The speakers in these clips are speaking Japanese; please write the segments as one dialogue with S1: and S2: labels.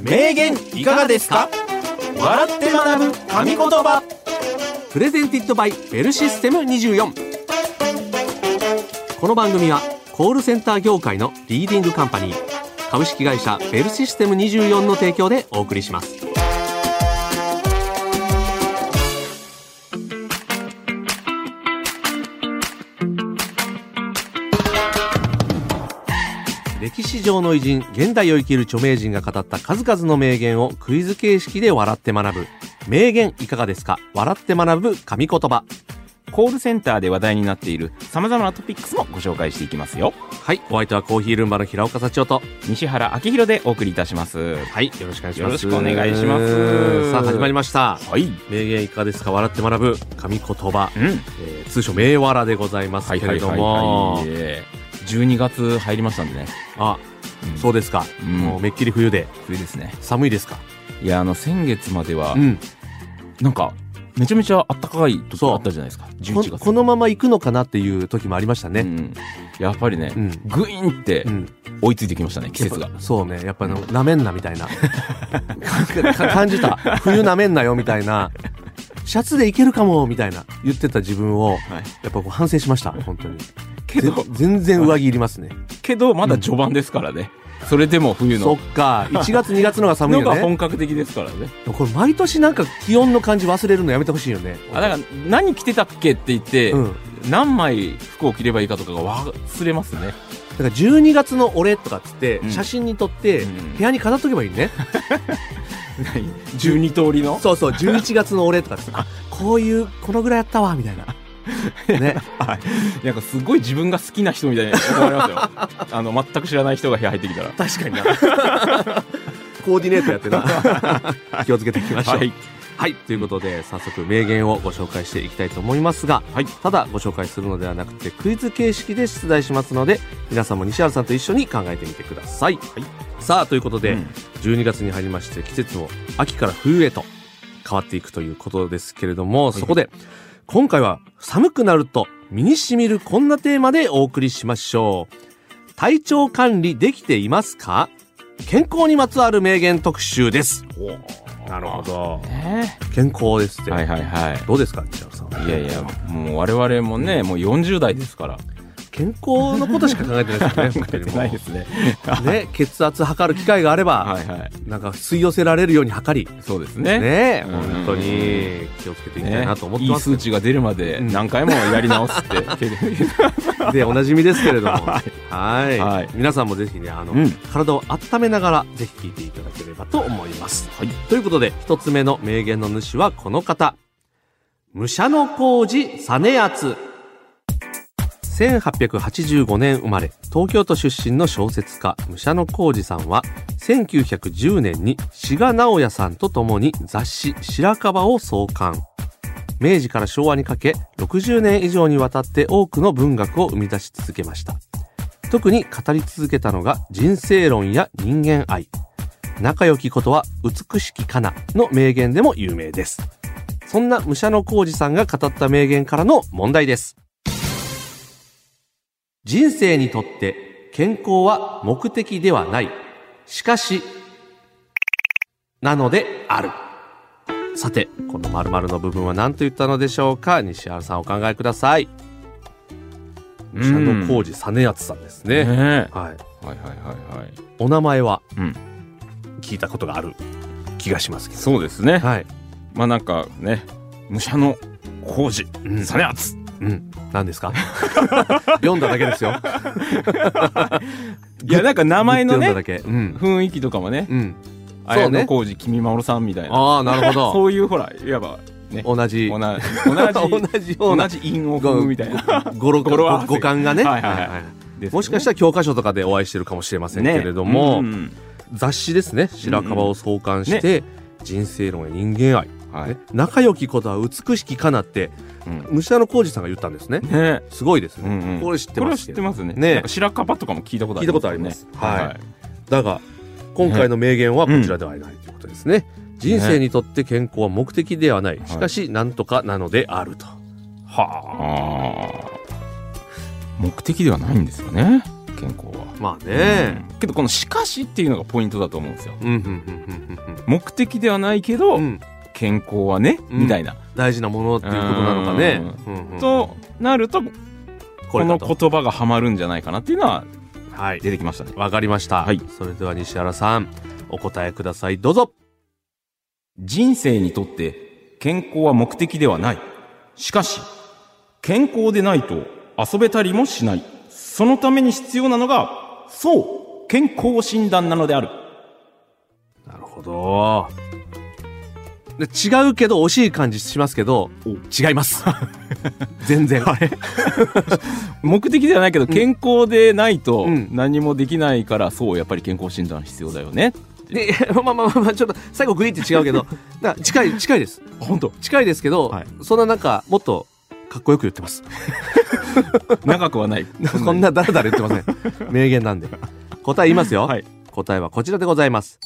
S1: 名言いかがですか笑って学ぶ神言葉
S2: プレゼンティッドバイベルシステム24この番組はコールセンター業界のリーディングカンパニー株式会社ベルシステム24の提供でお送りします歴史上の偉人現代を生きる著名人が語った数々の名言をクイズ形式で笑って学ぶ名言いかがですか笑って学ぶ神言葉
S3: コールセンターで話題になっている様々なトピックスもご紹介していきますよ
S2: はいお相手はコーヒールンバの平岡社長と
S3: 西原明宏でお送りいたします
S2: はいよろしくお願いします
S3: よろしくお願いします
S2: さあ始まりました
S3: はい
S2: 名言いかがですか笑って学ぶ神言葉、
S3: うん
S2: えー通称名わらでございます
S3: はい
S2: け
S3: は
S2: れ
S3: い
S2: ど
S3: はい
S2: も
S3: はいえー12月入りましたんでね
S2: あ
S3: ん
S2: そうですか、
S3: うん
S2: もうめっきり冬で
S3: 冬ですね
S2: 寒いですか
S3: いやあの先月までは
S2: うん
S3: なんかめちゃめちゃ暖かい時
S2: そう
S3: あったじゃないですか11
S2: こ
S3: 月
S2: このまま行くのかなっていう時もありました
S3: う
S2: ね、
S3: んやっぱりね
S2: うん
S3: グインって
S2: うん
S3: 追いついてきましたね季節が
S2: そうねやっぱななめんなみたいな か感じた冬なめんなよみたいなシャツでいけるかもみたいな言ってた自分を
S3: はい
S2: やっぱこう反省しました本当に
S3: けど
S2: ぜ全然上着いりますね
S3: けどまだ序盤ですからねそれでも冬
S2: そっ
S3: の
S2: か1月2月の が寒い
S3: の
S2: よ
S3: が
S2: ね
S3: 本格的ですからね
S2: これ毎年なんか気温の感じ忘れるのやめてほしいよね
S3: あだから何着てたっけって言って、
S2: うん、だ
S3: 何枚服を着ればいいかとかが忘れますね
S2: から12月の俺とかっつって
S3: うん
S2: 写真に撮って
S3: うん
S2: 部屋に飾っとけばいい ね、
S3: 12通りの
S2: そうそう11月の俺とかっつってあこういうこのぐらいやったわみた いなね
S3: はいなんかすごい自分が好きな人みたいに 思われますよあの全く知らない人が部屋入ってきたら
S2: 確かにな コーディネートやってな 気をつけていきましょう
S3: はい
S2: はい、ということで早速名言をご紹介していきたいと思いますが、
S3: はい
S2: ただご紹介するのではなくてクイズ形式で出題しますので皆さんも西原さんと一緒に考えてみてください、さあということで、
S3: うん
S2: 12月に入りまして季節も秋から冬へと変わっていくということですけれども、そこで今回は寒くなると身にしみるこんなテーマでお送りしましょう体調管理できていますか健康にまつわる名言特集ですなるほど
S3: ね
S2: 健康ですって、
S3: はいはいは
S2: どうですか西原さん
S3: いいやいやもう我々もねもう40代ですから
S2: 健康のことしか考えてないで すよね
S3: 出てないですね
S2: 本当 にもうね血圧測る機会があれば、
S3: はいはい
S2: なんか吸い寄せられるように測り
S3: そうです
S2: ね
S3: ねうん
S2: 本当に気をつけていきたい
S3: ね
S2: なと思って
S3: いい
S2: ます、
S3: 数値が出るまで
S2: うん
S3: 何回もやり直すってテレビで
S2: でおなじみですけ れどもはい
S3: はい
S2: 皆さんもぜひねあの、
S3: うん
S2: 体を温めながらぜひ聞いていただければと思います、
S3: はい
S2: ということで一つ目の名言の主はこの方武者の工事実篤1885年生まれ東京都出身の小説家武者の浩二さんは1910年に志賀直哉さんと共に雑誌「白樺」を創刊明治から昭和にかけ60年以上にわたって多くの文学を生み出し続けました特に語り続けたのが人生論や人間愛仲良きことは美しきかなの名言でも有名ですそんな武者の浩二さんが語った名言からの問題です人生にとって健康は目的ではないしかしなのであるさてこの〇〇の部分は何と言ったのでしょうか西原さんお考えください武者の浩二実篤さんですね、はい、
S3: ねはいはいはいはい
S2: お名前は
S3: うん
S2: 聞いたことがある気がしますけど、
S3: そうですね
S2: はい、
S3: まあなんかね武者の工事
S2: うん
S3: 実篤
S2: うん、何ですか 読んだだけですよ
S3: いやなんか名前の
S2: 読んだだ
S3: ね
S2: けうん、
S3: 雰囲気とかもね
S2: うん、そ
S3: 綾
S2: うね
S3: 野浩二君まおさんみたいな
S2: ああなるほど
S3: そういうほらいわばね
S2: 同じ
S3: 同じ
S2: 同
S3: 同じ
S2: じよう
S3: 同
S2: な
S3: じ韻を踏むみたいな
S2: 語呂
S3: 語呂合わせ
S2: 五感がね、
S3: はいはいはい
S2: もしかしたら教科書とかでお会いしてるかもしれませんけれども、
S3: ねうん
S2: 雑誌ですね白樺を創刊して、人生論や人間愛、
S3: はい
S2: ね仲良きことは美しきかなって
S3: うん
S2: 武者の浩二さんが言ったんですね
S3: ね
S2: すごいです
S3: う
S2: ね、
S3: んうん
S2: これ知って
S3: これ
S2: ま
S3: は
S2: す
S3: 知
S2: け
S3: っ
S2: ど
S3: てますね
S2: ね
S3: なんか白樺とかも聞いたことあ
S2: 聞い
S3: ります
S2: たことあります
S3: ねはい
S2: はいだが今回の名言はこちらではないということですね、人生にとって健康は目的ではない、
S3: い
S2: しかしなんとかなのであると、
S3: はあ目的ではないんですよね健康は
S2: まあね。
S3: けどこの「しかし」っていうのがポイントだと思うんですよ
S2: うん、うん、うん、うん
S3: 目的ではないけど、
S2: うん、うん。
S3: 健康はね、
S2: うん
S3: みたいな
S2: 大事なものっていうことなのかね。うんうん
S3: となると
S2: こ
S3: こ
S2: れ
S3: の
S2: だと。
S3: 言葉がはまるんじゃないかなっていうのは
S2: はい。
S3: 出てきましたね
S2: わかりました。
S3: はい
S2: それでは西原さん、お答えください。どうぞ。
S3: 人生にとって健康は目的ではない。しかし、健康でないと遊べたりもしない。そのために必要なのが、そう、健康診断なのである。
S2: なるほど。で違うけど惜しい感じしますけど違い ます。全然。
S3: 目的ではないけど、健康でないと
S2: うん
S3: 何もできないから、そう、やっぱり健康診断必要だよね。
S2: でい やまあまあまあまあちょっと最後グイって違うけどな近い近いです
S3: 本当
S2: 近いですけど、
S3: はい
S2: そんななんかもっとかっこよく言ってます
S3: 長く はない。
S2: こんなだらだら言ってません名言なんで答え言いますよ、
S3: はい
S2: 答えはこちらでございます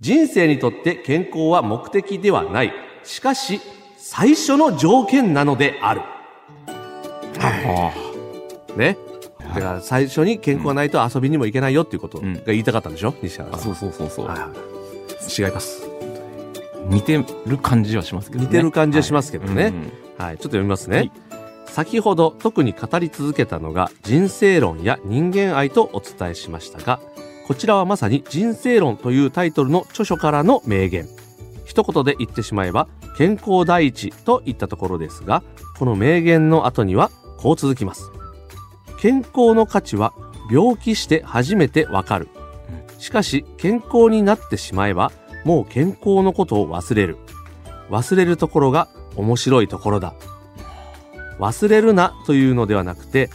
S2: 人生にとって健康は目的ではないしかし最初の条件なのである
S3: あ
S2: ね
S3: あ
S2: だから最初に健康がないと遊びにも行けないよっていうことが
S3: うん
S2: 言いたかったんでしょ西原さ
S3: あ
S2: ん
S3: そうそうそうそう、
S2: はいはい違います
S3: 似てる感じはしますけどね
S2: 似てる感じはしますけどね
S3: はいうんうん
S2: はい、ちょっと読みますね、
S3: はい
S2: 先ほど特に語り続けたのが人生論や人間愛とお伝えしましたがこちらはまさに「人生論」というタイトルの著書からの名言一言で言ってしまえば健康第一といったところですがこの名言の後にはこう続きます健康の価値は病気して初めてわかるしかし健康になってしまえばもう健康のことを忘れる忘れるところが面白いところだ忘れるなというのではなくて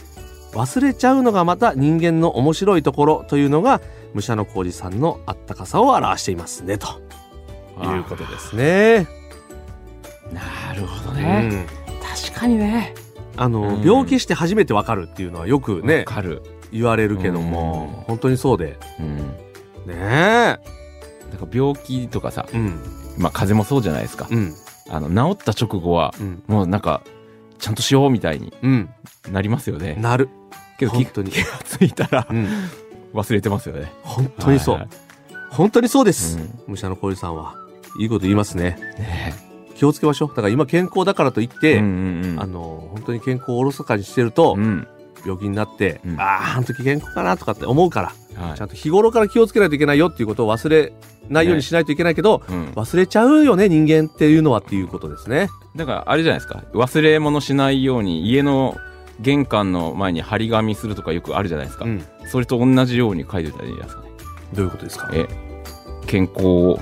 S2: 忘れちゃうのがまた人間の面白いところというのが武者の浩二さんのあったかさを表していますねということですね。
S3: なるほど
S2: う
S3: ね、
S2: ん、
S3: 確かにね
S2: あの、
S3: うん
S2: 病気して初めてわかるっていうのはよく
S3: わ
S2: ね
S3: かる、
S2: 言われるけど
S3: うん
S2: も本当にそうで
S3: うん、
S2: ね
S3: だから病気とかさ
S2: え、うん
S3: まあ、風邪もそうじゃないですか、
S2: うん
S3: あの治った直後は
S2: うん
S3: もうなんかちゃんとしようみたいに
S2: うん
S3: なりますよね
S2: なる、
S3: けど気
S2: 本当に
S3: 気がついたら
S2: うん、
S3: 忘れてますよね
S2: 本当にそう、
S3: はいは
S2: 本当にそうで
S3: い
S2: す、
S3: うん
S2: 武者の浩二さんはいいこと言いますね
S3: ね
S2: 気をつけましょうだから今健康だからといって、
S3: うんうんうん
S2: あの本当に健康をおろそかにしてると、
S3: うん
S2: 病気になって、
S3: うん
S2: あああの時健康かなとかって思うから、
S3: はい
S2: ちゃんと日頃から気をつけないといけないよっていうことを忘れないようにしないといけないけど、
S3: うん
S2: 忘れちゃうよね人間っていうのはっていうことですね。
S3: だからあれじゃないですか忘れ物しないように家の玄関の前に張り紙するとかよくあるじゃないですか、
S2: うん、
S3: それと同じように書いてたらいいんじゃないですかね
S2: どういうことですか
S3: え健康を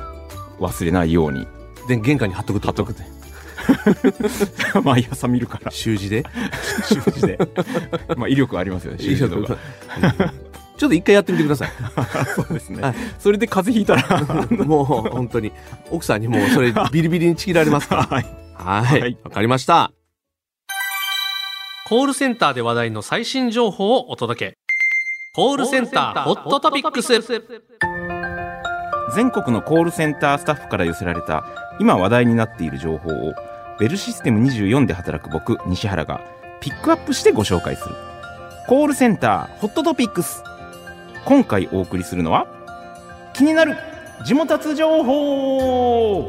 S3: 忘れないように
S2: で玄関に貼っとく
S3: 貼
S2: と
S3: っとくって 毎朝見るから
S2: 習字 で
S3: 習字で まあ威力ありますよね習字とか
S2: ちょっと一回やってみてくださ い。
S3: そうですね、
S2: はい
S3: それで風邪ひいたら
S2: もう本当に奥さんにもうそれビリビリにちぎられますから。はい。
S3: は
S2: わ、
S3: い
S2: かりました。コールセンターで話題の最新情報をお届け。コールセンターホットトピックス。
S3: 全国のコールセンタースタッフから寄せられた今話題になっている情報をベルシステム24で働く僕西原がピックアップしてご紹介するコールセンターホットトピックス今回お送りするのは気になる地元達情報は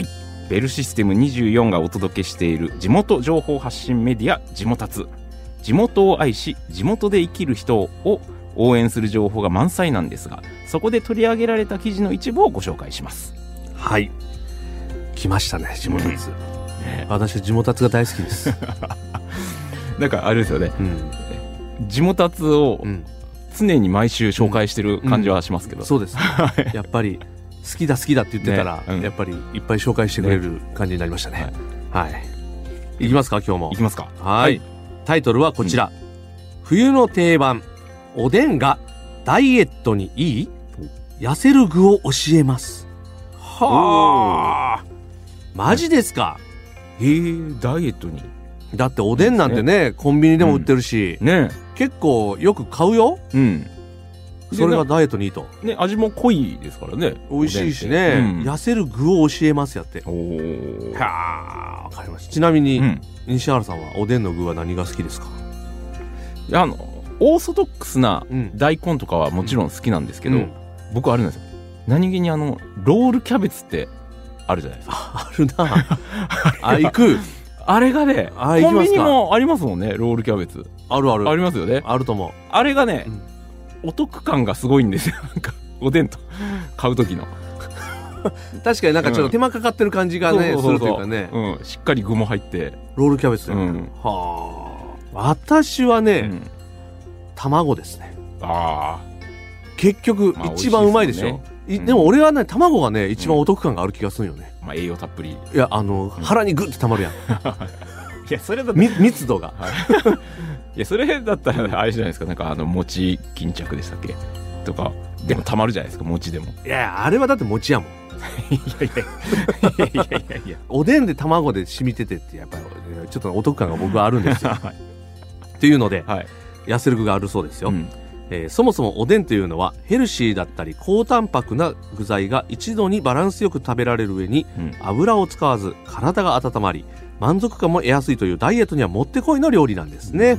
S3: いベルシステム24がお届けしている地元情報発信メディア地元達地元を愛し地元で生きる人を応援する情報が満載なんですがそこで取り上げられた記事の一部をご紹介します
S2: はい。来ましたね、地元達
S3: ね。
S2: 私、地元達が大好きです。
S3: なんかあれですよね
S2: うん。
S3: 地元達を
S2: うん。
S3: 常に毎週紹介してる感じはしますけど、
S2: そうです。やっぱり、好きだ好きだって言ってたら、
S3: ねうん
S2: やっぱりいっぱい紹介してくれる感じになりましたね。はい。い、きますか、今日も
S3: い。きますか
S2: はい、タイトルはこちら、冬の定番おでんがダイエットにいい痩せる具を教えますはあマジですか
S3: へえダイエットに
S2: だっておでんなんてねコンビニでも売ってるし、
S3: ね
S2: 結構よく買うよ
S3: えうん
S2: それが
S3: で
S2: ダイエットにいいと
S3: なね味も濃いですからね
S2: 美味しいしね、
S3: うん
S2: 痩せる具を教えますやって
S3: おお
S2: はあわかりましたちなみに、
S3: うん
S2: 西原さんはおでんの具は何が好きですか
S3: いやあのオーソドックスな
S2: うん
S3: 大根とかはもちろん好きなんですけど、
S2: うん
S3: 僕あれなんですよ何気にあのロールキャベツってあるじゃないですか
S2: あるな あ行く
S3: あれがね
S2: あ行
S3: コ
S2: き
S3: ン
S2: ま
S3: ビ
S2: す
S3: ニ
S2: か
S3: もありますもんねロールキャベツ
S2: あるある
S3: ありますよね
S2: あると思う
S3: あれがね、
S2: うん
S3: お得感がすごいんですよ なんかおでんと買う時の、
S2: 確かになんかちょっと手間かかってる感じがね、
S3: そ
S2: す
S3: うそうそう
S2: るというかね、
S3: うん、しっかり具も入って、
S2: ロールキャベツだ
S3: う
S2: よね、
S3: ん
S2: はあ私はね、
S3: うん
S2: 卵ですね
S3: あ
S2: 結局
S3: まあ
S2: 一番うまいでしょ、
S3: 美味し
S2: い
S3: ねうん
S2: でも俺はね卵がね一番お得感がある気がするよね、
S3: あまあ栄養たっぷりい
S2: いやあの腹にグッてたまるやん
S3: やそれだ
S2: み密度が
S3: いやそれだったらあれじゃないですかなんかあの餅巾着でしたっけとかでもたまるじ ゃないですか餅でも
S2: いやあれはだって餅やもん
S3: いやいやいやいやいやいや
S2: おでんで卵で染みててってやっぱりねちょっとお得感が僕はあるんです よ
S3: はい
S2: っていうので
S3: はい
S2: 痩せる具があるそうですよ、
S3: うん
S2: えーそもそもおでんというのはヘルシーだったり高タンパクな具材が一度にバランスよく食べられる上に
S3: うん
S2: 油を使わず体が温まり満足感も得やすいというダイエットにはもってこいの料理なんですね、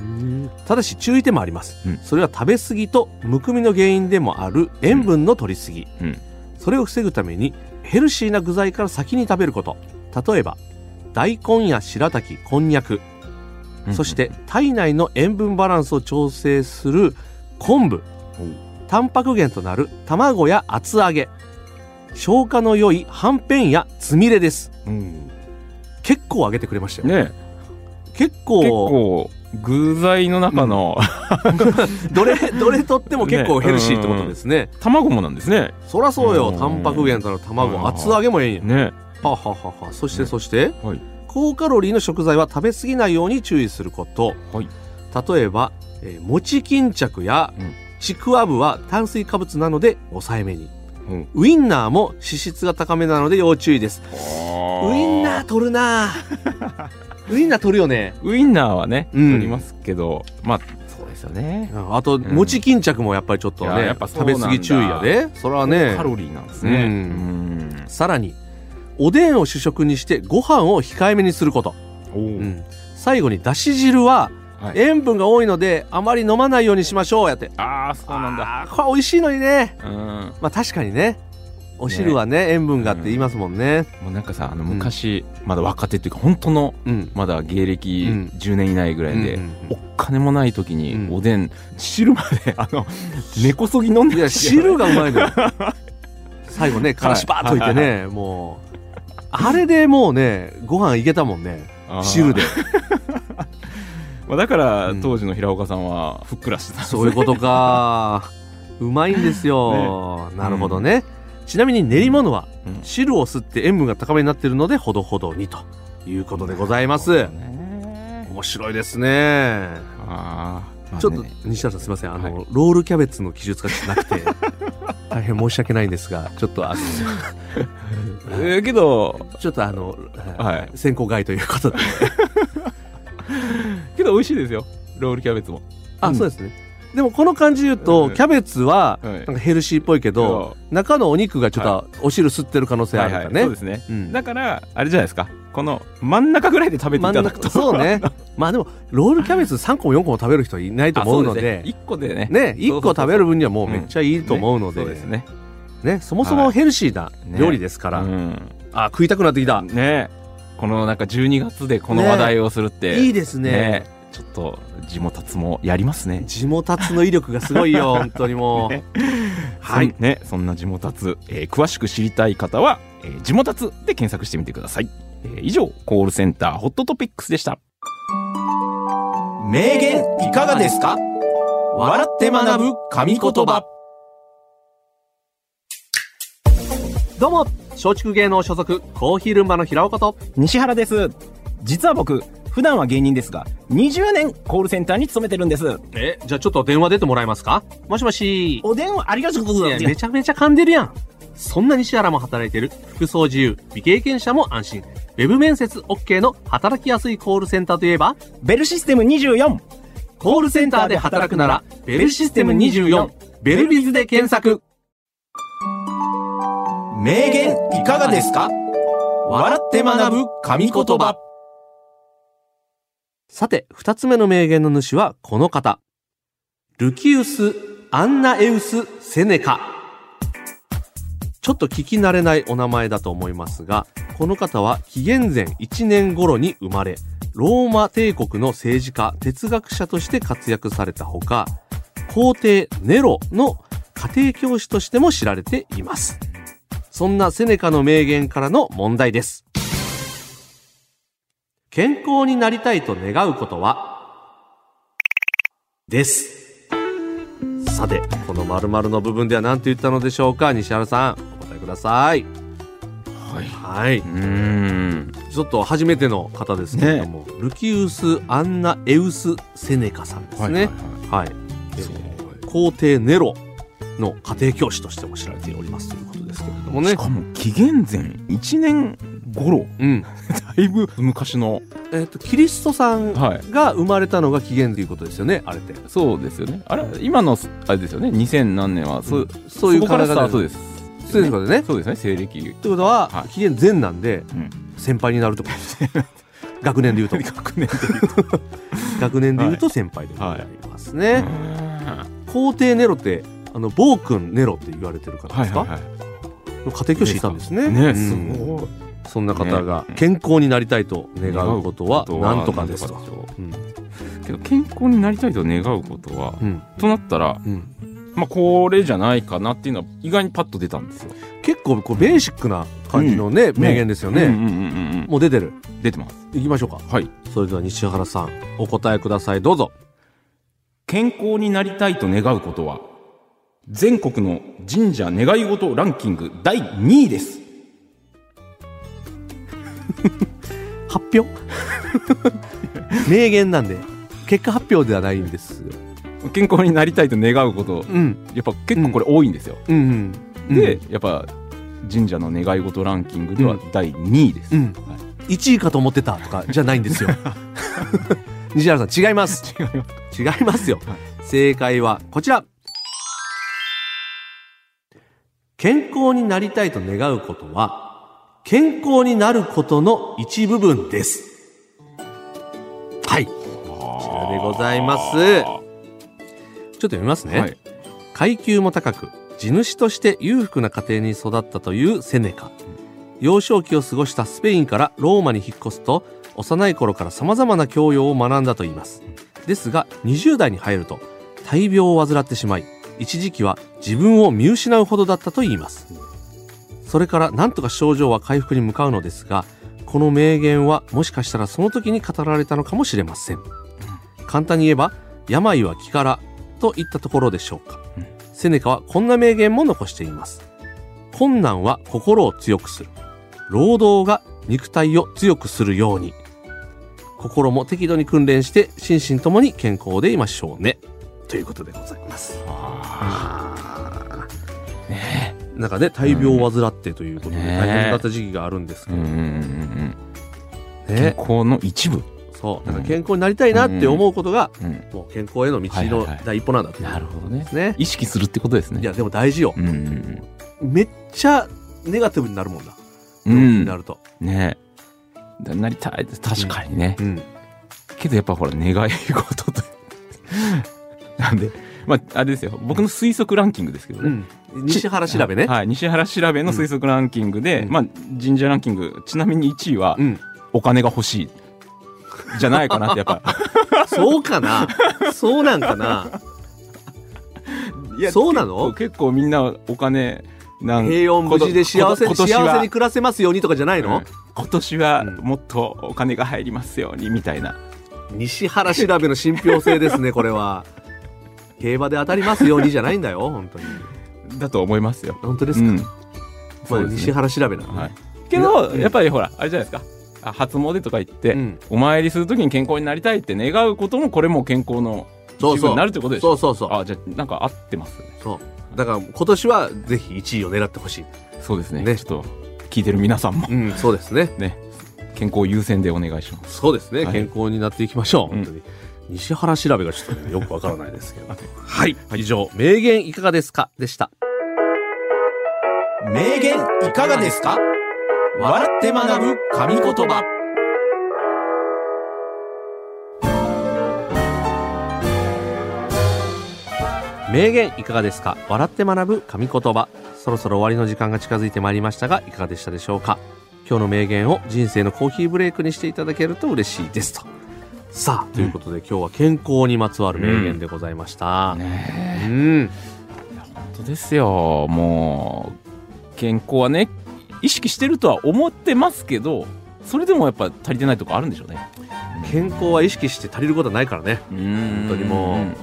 S2: ただし注意点もあります、
S3: うん
S2: それは食べ過ぎとむくみの原因でもある塩分の取り過ぎ、
S3: うん
S2: それを防ぐためにヘルシーな具材から先に食べること例えば大根や白滝こんにゃく
S3: うん
S2: そして体内の塩分バランスを調整する昆布
S3: おう
S2: タンパク源となる卵や厚揚げ消化の良いはんぺんやつみれです
S3: うんね
S2: 結構揚げてくれましたよ、
S3: 結
S2: 結構
S3: 構具材の中の
S2: どれどれと っても結構ヘルシーってことですね
S3: 卵もなんですね
S2: そらそうよ
S3: うん
S2: タンパク源となる
S3: うん
S2: 卵厚揚げもええんや
S3: ね
S2: ははははそしてそして、
S3: はい
S2: 高カロリーの食材は食べ過ぎないように注意すること
S3: はい
S2: 例えば、えー餅巾着や
S3: うん
S2: ちくわぶは炭水化物なので抑えめに
S3: うん
S2: ウインナーも脂質が高めなので要注意ですウインナー取るな ぁウインナー取るよね
S3: ウインナーはね、
S2: うん
S3: 取りますけど、まあ、そうですよね。
S2: あと
S3: ん
S2: 餅巾着もやっぱりちょっと
S3: いや
S2: ね
S3: やっぱそ
S2: 食
S3: う
S2: べ
S3: なんだ
S2: 過ぎ注意やでそれはね
S3: カロリーなんですね。
S2: う
S3: うんん。
S2: さらにおでんを主食にしてご飯を控えめにすること、
S3: おお、
S2: うん最後にだし汁は
S3: はい
S2: 塩分が多いのであまり飲まないようにしましょうやって
S3: ああ、そうなんだ。
S2: あーこれ美味しいのにね
S3: うん。も
S2: まあ確かにねお汁はね塩分があって言いますもんね
S3: うなんかさ、あの、昔、まだ若手っていうか、本当の、
S2: うん、
S3: まだ芸歴
S2: うん
S3: 10年以内ぐらいで、
S2: うん
S3: お金もない時に、
S2: うん
S3: おでん、汁まで、あの、根こそぎ飲んで
S2: いや
S3: ましたよ
S2: 汁がうまいのよ最後ねからしばっといてね、
S3: は
S2: もうあれでもうねご飯いけたもんね
S3: あー
S2: 汁で
S3: まあ、だから、
S2: うん
S3: 当時の平岡さんは、ふっくら してたんです
S2: そういうことか。うまいんですよ。なるほどね。ちなみに練り物は
S3: うん
S2: 汁を吸って塩分が高めになっているのでほどほどにということでございます。
S3: ね
S2: 面白いですね。
S3: あー、まあね
S2: ちょっと西田さんすいません。あの、
S3: は
S2: ロールキャベツの記述がちょっとなくて 大変申し訳ないんですが、ちょっとあの
S3: えーけど、
S2: ちょっとあの、
S3: はい
S2: 先行外ということで。
S3: けど美味しいですよロールキャベツも
S2: あ、
S3: うん
S2: そうですね。でもこの感じで言うと、
S3: うん
S2: キャベツは
S3: はい
S2: なんかヘルシーっぽいけど、中のお肉がちょっとお汁吸ってる可能性あるからね。
S3: そうですね
S2: うん
S3: だからあれじゃないですかこの真ん中ぐらいで食べてい
S2: 真ん
S3: ただく
S2: 中
S3: と
S2: そう ねまあでもロールキャベツ3個も4個も食べる人いないと
S3: あ
S2: 思
S3: そううで
S2: の
S3: す
S2: で
S3: ね1個でね
S2: ね一1個食べる分にはもうめっちゃいいと思うので,、
S3: そうですね
S2: ねそもそもヘルシーな料理ですか
S3: う
S2: ら、
S3: ん
S2: あ食いたくなってきた、
S3: ねこのなんか12月でこの話題をするって
S2: いいですね
S3: ねちょっと地もたつもやりますね
S2: 地元達の威力がすごいよ 本当にもう、
S3: ね
S2: はい
S3: そんねそんな地もたつ、えー詳しく知りたい方は「えー、地もたつ」で検索してみてください、えー以上コールセンターホットトピックスでした
S1: 名言いかがですか笑って学ぶ神言葉
S2: どうも松竹芸能所属コーヒールンバの平岡と
S4: 西原です。実は僕、普段は芸人ですが、20年コールセンターに勤めてるんです。
S2: えじゃあちょっと電話出てもらえますかもしもし
S4: お電話ありがとうご
S2: い
S4: ざい
S2: や
S4: ます
S2: め。ちゃめちゃ噛んでるやんそんな西原も働いてる服装自由未経験者も安心ウェブ面接 OK の働きやすいコールセンターといえば
S4: ベルシステム24。
S2: コールセンターで働くなら、ベルシステム24、ベルビズで検索。
S1: 名言いかがですか笑って学ぶ神言葉
S2: さて、二つ目の名言の主はこの方、ルキウス・アンナエウス・セネカ。ちょっと聞き慣れないお名前だと思いますが、この方は紀元前1年頃に生まれ、ローマ帝国の政治家、哲学者として活躍されたほか、皇帝ネロの家庭教師としても知られています。そんなセネカの名言からの問題です。健康になりたいと願うことはです。さて、この〇〇の部分では何と言ったのでしょうか西原さん、お答えください。
S3: はい
S2: はい。
S3: うーん
S2: ちょっと初めての方ですけれども、ルキウス・アンナ・エウス・セネカさんですね。はいえー皇帝ネロの家庭教師としても知られておりますということですけれどもね
S3: し。かも紀元前1年頃
S2: うん。
S3: だいぶ昔の
S2: えっ、と、キリストさん
S3: はい
S2: が生まれたのが起源ということですよね、あれって。
S3: そうですよねあれ今のあれですよね2000何年はそ,、う
S2: そういう
S3: こ
S2: 考
S3: か
S2: え
S3: ら
S2: 方
S3: スタートです
S2: そういうことでね。
S3: そうですね西暦
S2: ってことは、
S3: はい
S2: 紀元前なんで、
S3: うん
S2: 先輩になる ってことです。学年で言うと。
S3: 学年で
S2: 学年で言うと先輩でございますね。
S3: は
S2: 皇帝ネロって、あの、暴君ネロって言われてる方ですか、の家庭教師いたんですね。
S3: ね
S2: うん
S3: すごい
S2: そんな方が
S3: ね
S2: 健康になりたいと願うことは
S3: 願う
S2: なんとかですと
S3: なん。とか
S2: うん
S3: けど健康になりたいと願うことは、
S2: うん
S3: となったら、
S2: うん
S3: まあ、これじゃないかなっていうのは意外にパッと出たんですよ。
S2: 結構こうベーシックな感じのね、名言ですよね。
S3: うんうんうんうん
S2: もう出てる。
S3: うん、出てます。
S2: いきましょうか。
S3: はい。
S2: それでは西原さん、お答えください。どうぞ。
S3: 健康になりたいと願うことは、全国の神社願い事ランキング第2位です。
S2: 発表 名言なんで、結果発表ではないんですよ。
S3: 健康になりたいと願うこと、
S2: うん。
S3: やっぱ結構これ多いんですよ。
S2: うん、うん。
S3: で、、やっぱ神社の願い事ランキングでは第2位です。
S2: うん
S3: はい
S2: 1位かと思ってたとかじゃないんです よ。西原さん、違います。
S3: 違います
S2: 違いますよ、
S3: はい
S2: 正解はこちら健康になりたいと願うことは健康になることの一部分ですはいこちらでございますちょっと読みますね、
S3: はい
S2: 階級も高く地主として裕福な家庭に育ったというセネカ幼少期を過ごしたスペインからローマに引っ越すと幼い頃から様々な教養を学んだといいますですが20代に入ると大病を患ってしまい一時期は自分を見失うほどだったといいますそれから何とか症状は回復に向かうのですがこの名言はもしかしたらその時に語られたのかもしれません簡単に言えば病は気からといったところでしょうか
S3: うん
S2: セネカはこんな名言も残しています困難は心を強くする労働が肉体を強くするように心も適度に訓練して心身ともに健康でいましょうねということでございますなんかね大病を患ってということで
S3: うんね
S2: 大変だった時期があるんですけ
S3: う
S2: ど
S3: んうんうんう
S2: ね
S3: ん健康の一部。
S2: そうなんか健康になりたいなって思うことが
S3: うん
S2: もう健康への道
S3: はいはい
S2: の
S3: はい
S2: 第一歩なんだという
S3: なるほどね
S2: ですね
S3: 意識するってことですね。
S2: いやでも大事よ
S3: うんうん
S2: めっちゃネガティブになるもんな
S3: う
S2: 病気
S3: ん。う
S2: に
S3: ん
S2: なると
S3: ねえだなりたいです確かにね、
S2: うん
S3: けどやっぱほら願い事となんでまああれですよ僕の推測ランキングですけど
S2: う
S3: ね、
S2: ん西原調べね
S3: はい西原調べの推測ランキングで、
S2: うん
S3: まあ神社ランキングちなみに1位は
S2: うん
S3: お金が欲しいじゃないかなってやっ ぱ
S2: そうかなそうなんかない
S3: や
S2: そうなの
S3: 結構結構みんなお金なん
S2: 平穏無事で幸せ
S3: こ
S2: に
S3: と
S2: 幸
S3: 今年は
S2: せに暮らせますようにとかじゃないの、
S3: うん今年は
S2: うん
S3: もっとお金が入りますようにみたいな、
S2: 西原調べの信憑性ですねこれは競馬で当たりますようにじゃないんだよ本当に
S3: だと思いますよ。
S2: 本当ですか、
S3: うん
S2: まあ
S3: そうです
S2: 西
S3: ね
S2: 原調べなの、
S3: はい
S2: ね、
S3: けど、
S2: うん
S3: やっぱりほらあれじゃないですかあ初詣とか行って、
S2: うん
S3: お参りするときに健康になりたいって願うこともこれも健康の
S2: そう
S3: 一部
S2: そう
S3: になるってことでし
S2: そ
S3: ょ
S2: うそうそう
S3: あじゃあなんか合ってますね
S2: そうだから今年はぜひ1位を狙ってほしい
S3: そうですね
S2: ね
S3: ちょっと聞いてる皆さんも
S2: うんそうですね
S3: ね健康優先でお願いします
S2: そうですね、
S3: はい
S2: 健康になっていきましょう、
S3: う
S2: 本
S3: ん
S2: 当に西原調べがちょっとね、よくわからないですけど はい以上名言いかがですかでした
S1: 名言いかがですか笑って学ぶ神言葉
S2: 名言いかがですか笑って学ぶ神言葉そろそろ終わりの時間が近づいてまいりましたがいかがでしたでしょうか今日の名言を人生のコーヒーブレイクにしていただけると嬉しいですとさあということで、今日は健康にまつわる名言でございました、
S3: ね
S2: うん
S3: 本当ですよもう健康はね意識してるとは思ってますけどそれでもやっぱ足りてないとこあるんでしょうね
S2: 健康は意識して足りることはないからね
S3: 本
S2: 当にもう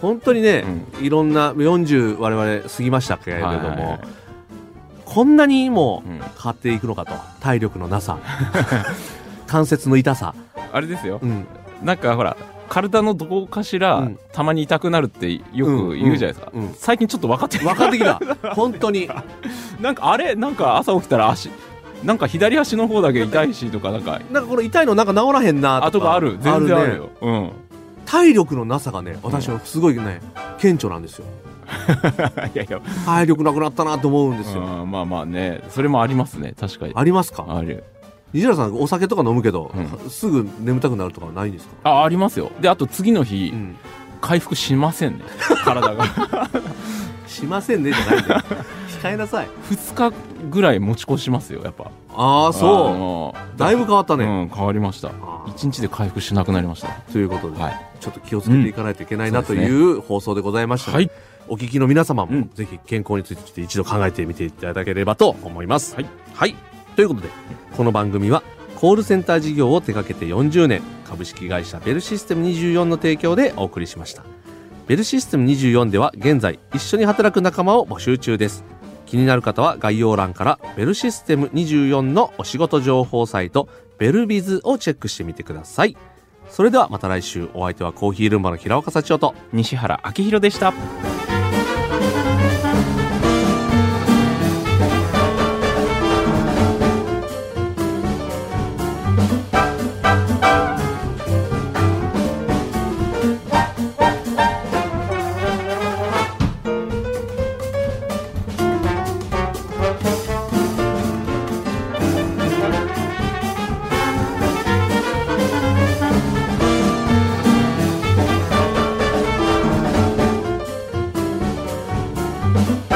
S2: 本当にね、いろんな40我々過ぎましたけれども、
S3: はいはいはい
S2: こんなにも
S3: うん
S2: 変わっていくのかと体力のなさ 関節の痛さ、
S3: あれですよ
S2: うん、
S3: なんかほら体のどこかしら、
S2: うん
S3: たまに痛くなるってよく言うじゃないですか、
S2: うんうん
S3: 最近ちょっと分かって
S2: 分かってきた本当に
S3: なんかあれなんか朝起きたら足なんか左足の方だけ痛いしとかなんか
S2: なんかこの痛いのなんか治らへんな
S3: あ
S2: と
S3: と
S2: か
S3: かある全然ある
S2: ね
S3: よ うん
S2: 体力のなさがね私はすごいね顕著なんですよ
S3: いやいや、
S2: 体力なくなったなと思うんですよ、
S3: うん、まあまあねそれもありますね確かに
S2: ありますか
S3: ある
S2: 西原さんお酒とか飲むけど、
S3: う
S2: すぐ眠たくなるとかはないんですか、
S3: あありますよであと次の日、
S2: うん、
S3: 回復しませんね体が
S2: しませんねじゃないんだよ控えなさい
S3: 2日ぐらい持ち越しますよやっぱ
S2: ああそ
S3: の
S2: うだいぶ変わったね、
S3: うん変わりました
S2: あー
S3: 1日で回復しなくなりました
S2: ということで、
S3: は
S2: ちょっと気をつけていかないといけないな
S3: うん
S2: という放送でございました、
S3: はい
S2: お聞きの皆様
S3: う
S2: も
S3: ん
S2: ぜひ健康について一度考えてみていただければと思います。
S3: はい、
S2: ということでこの番組はコールセンター事業を手掛けて40年株式会社ベルシステム24の提供でお送りしました。ベルシステム24では現在一緒に働く仲間を募集中です。気になる方は概要欄からベルシステム24のお仕事情報サイトベルビズをチェックしてみてください。それではまた来週お相手はコーヒールンバの平岡幸男と
S3: 西原明宏でした
S5: 「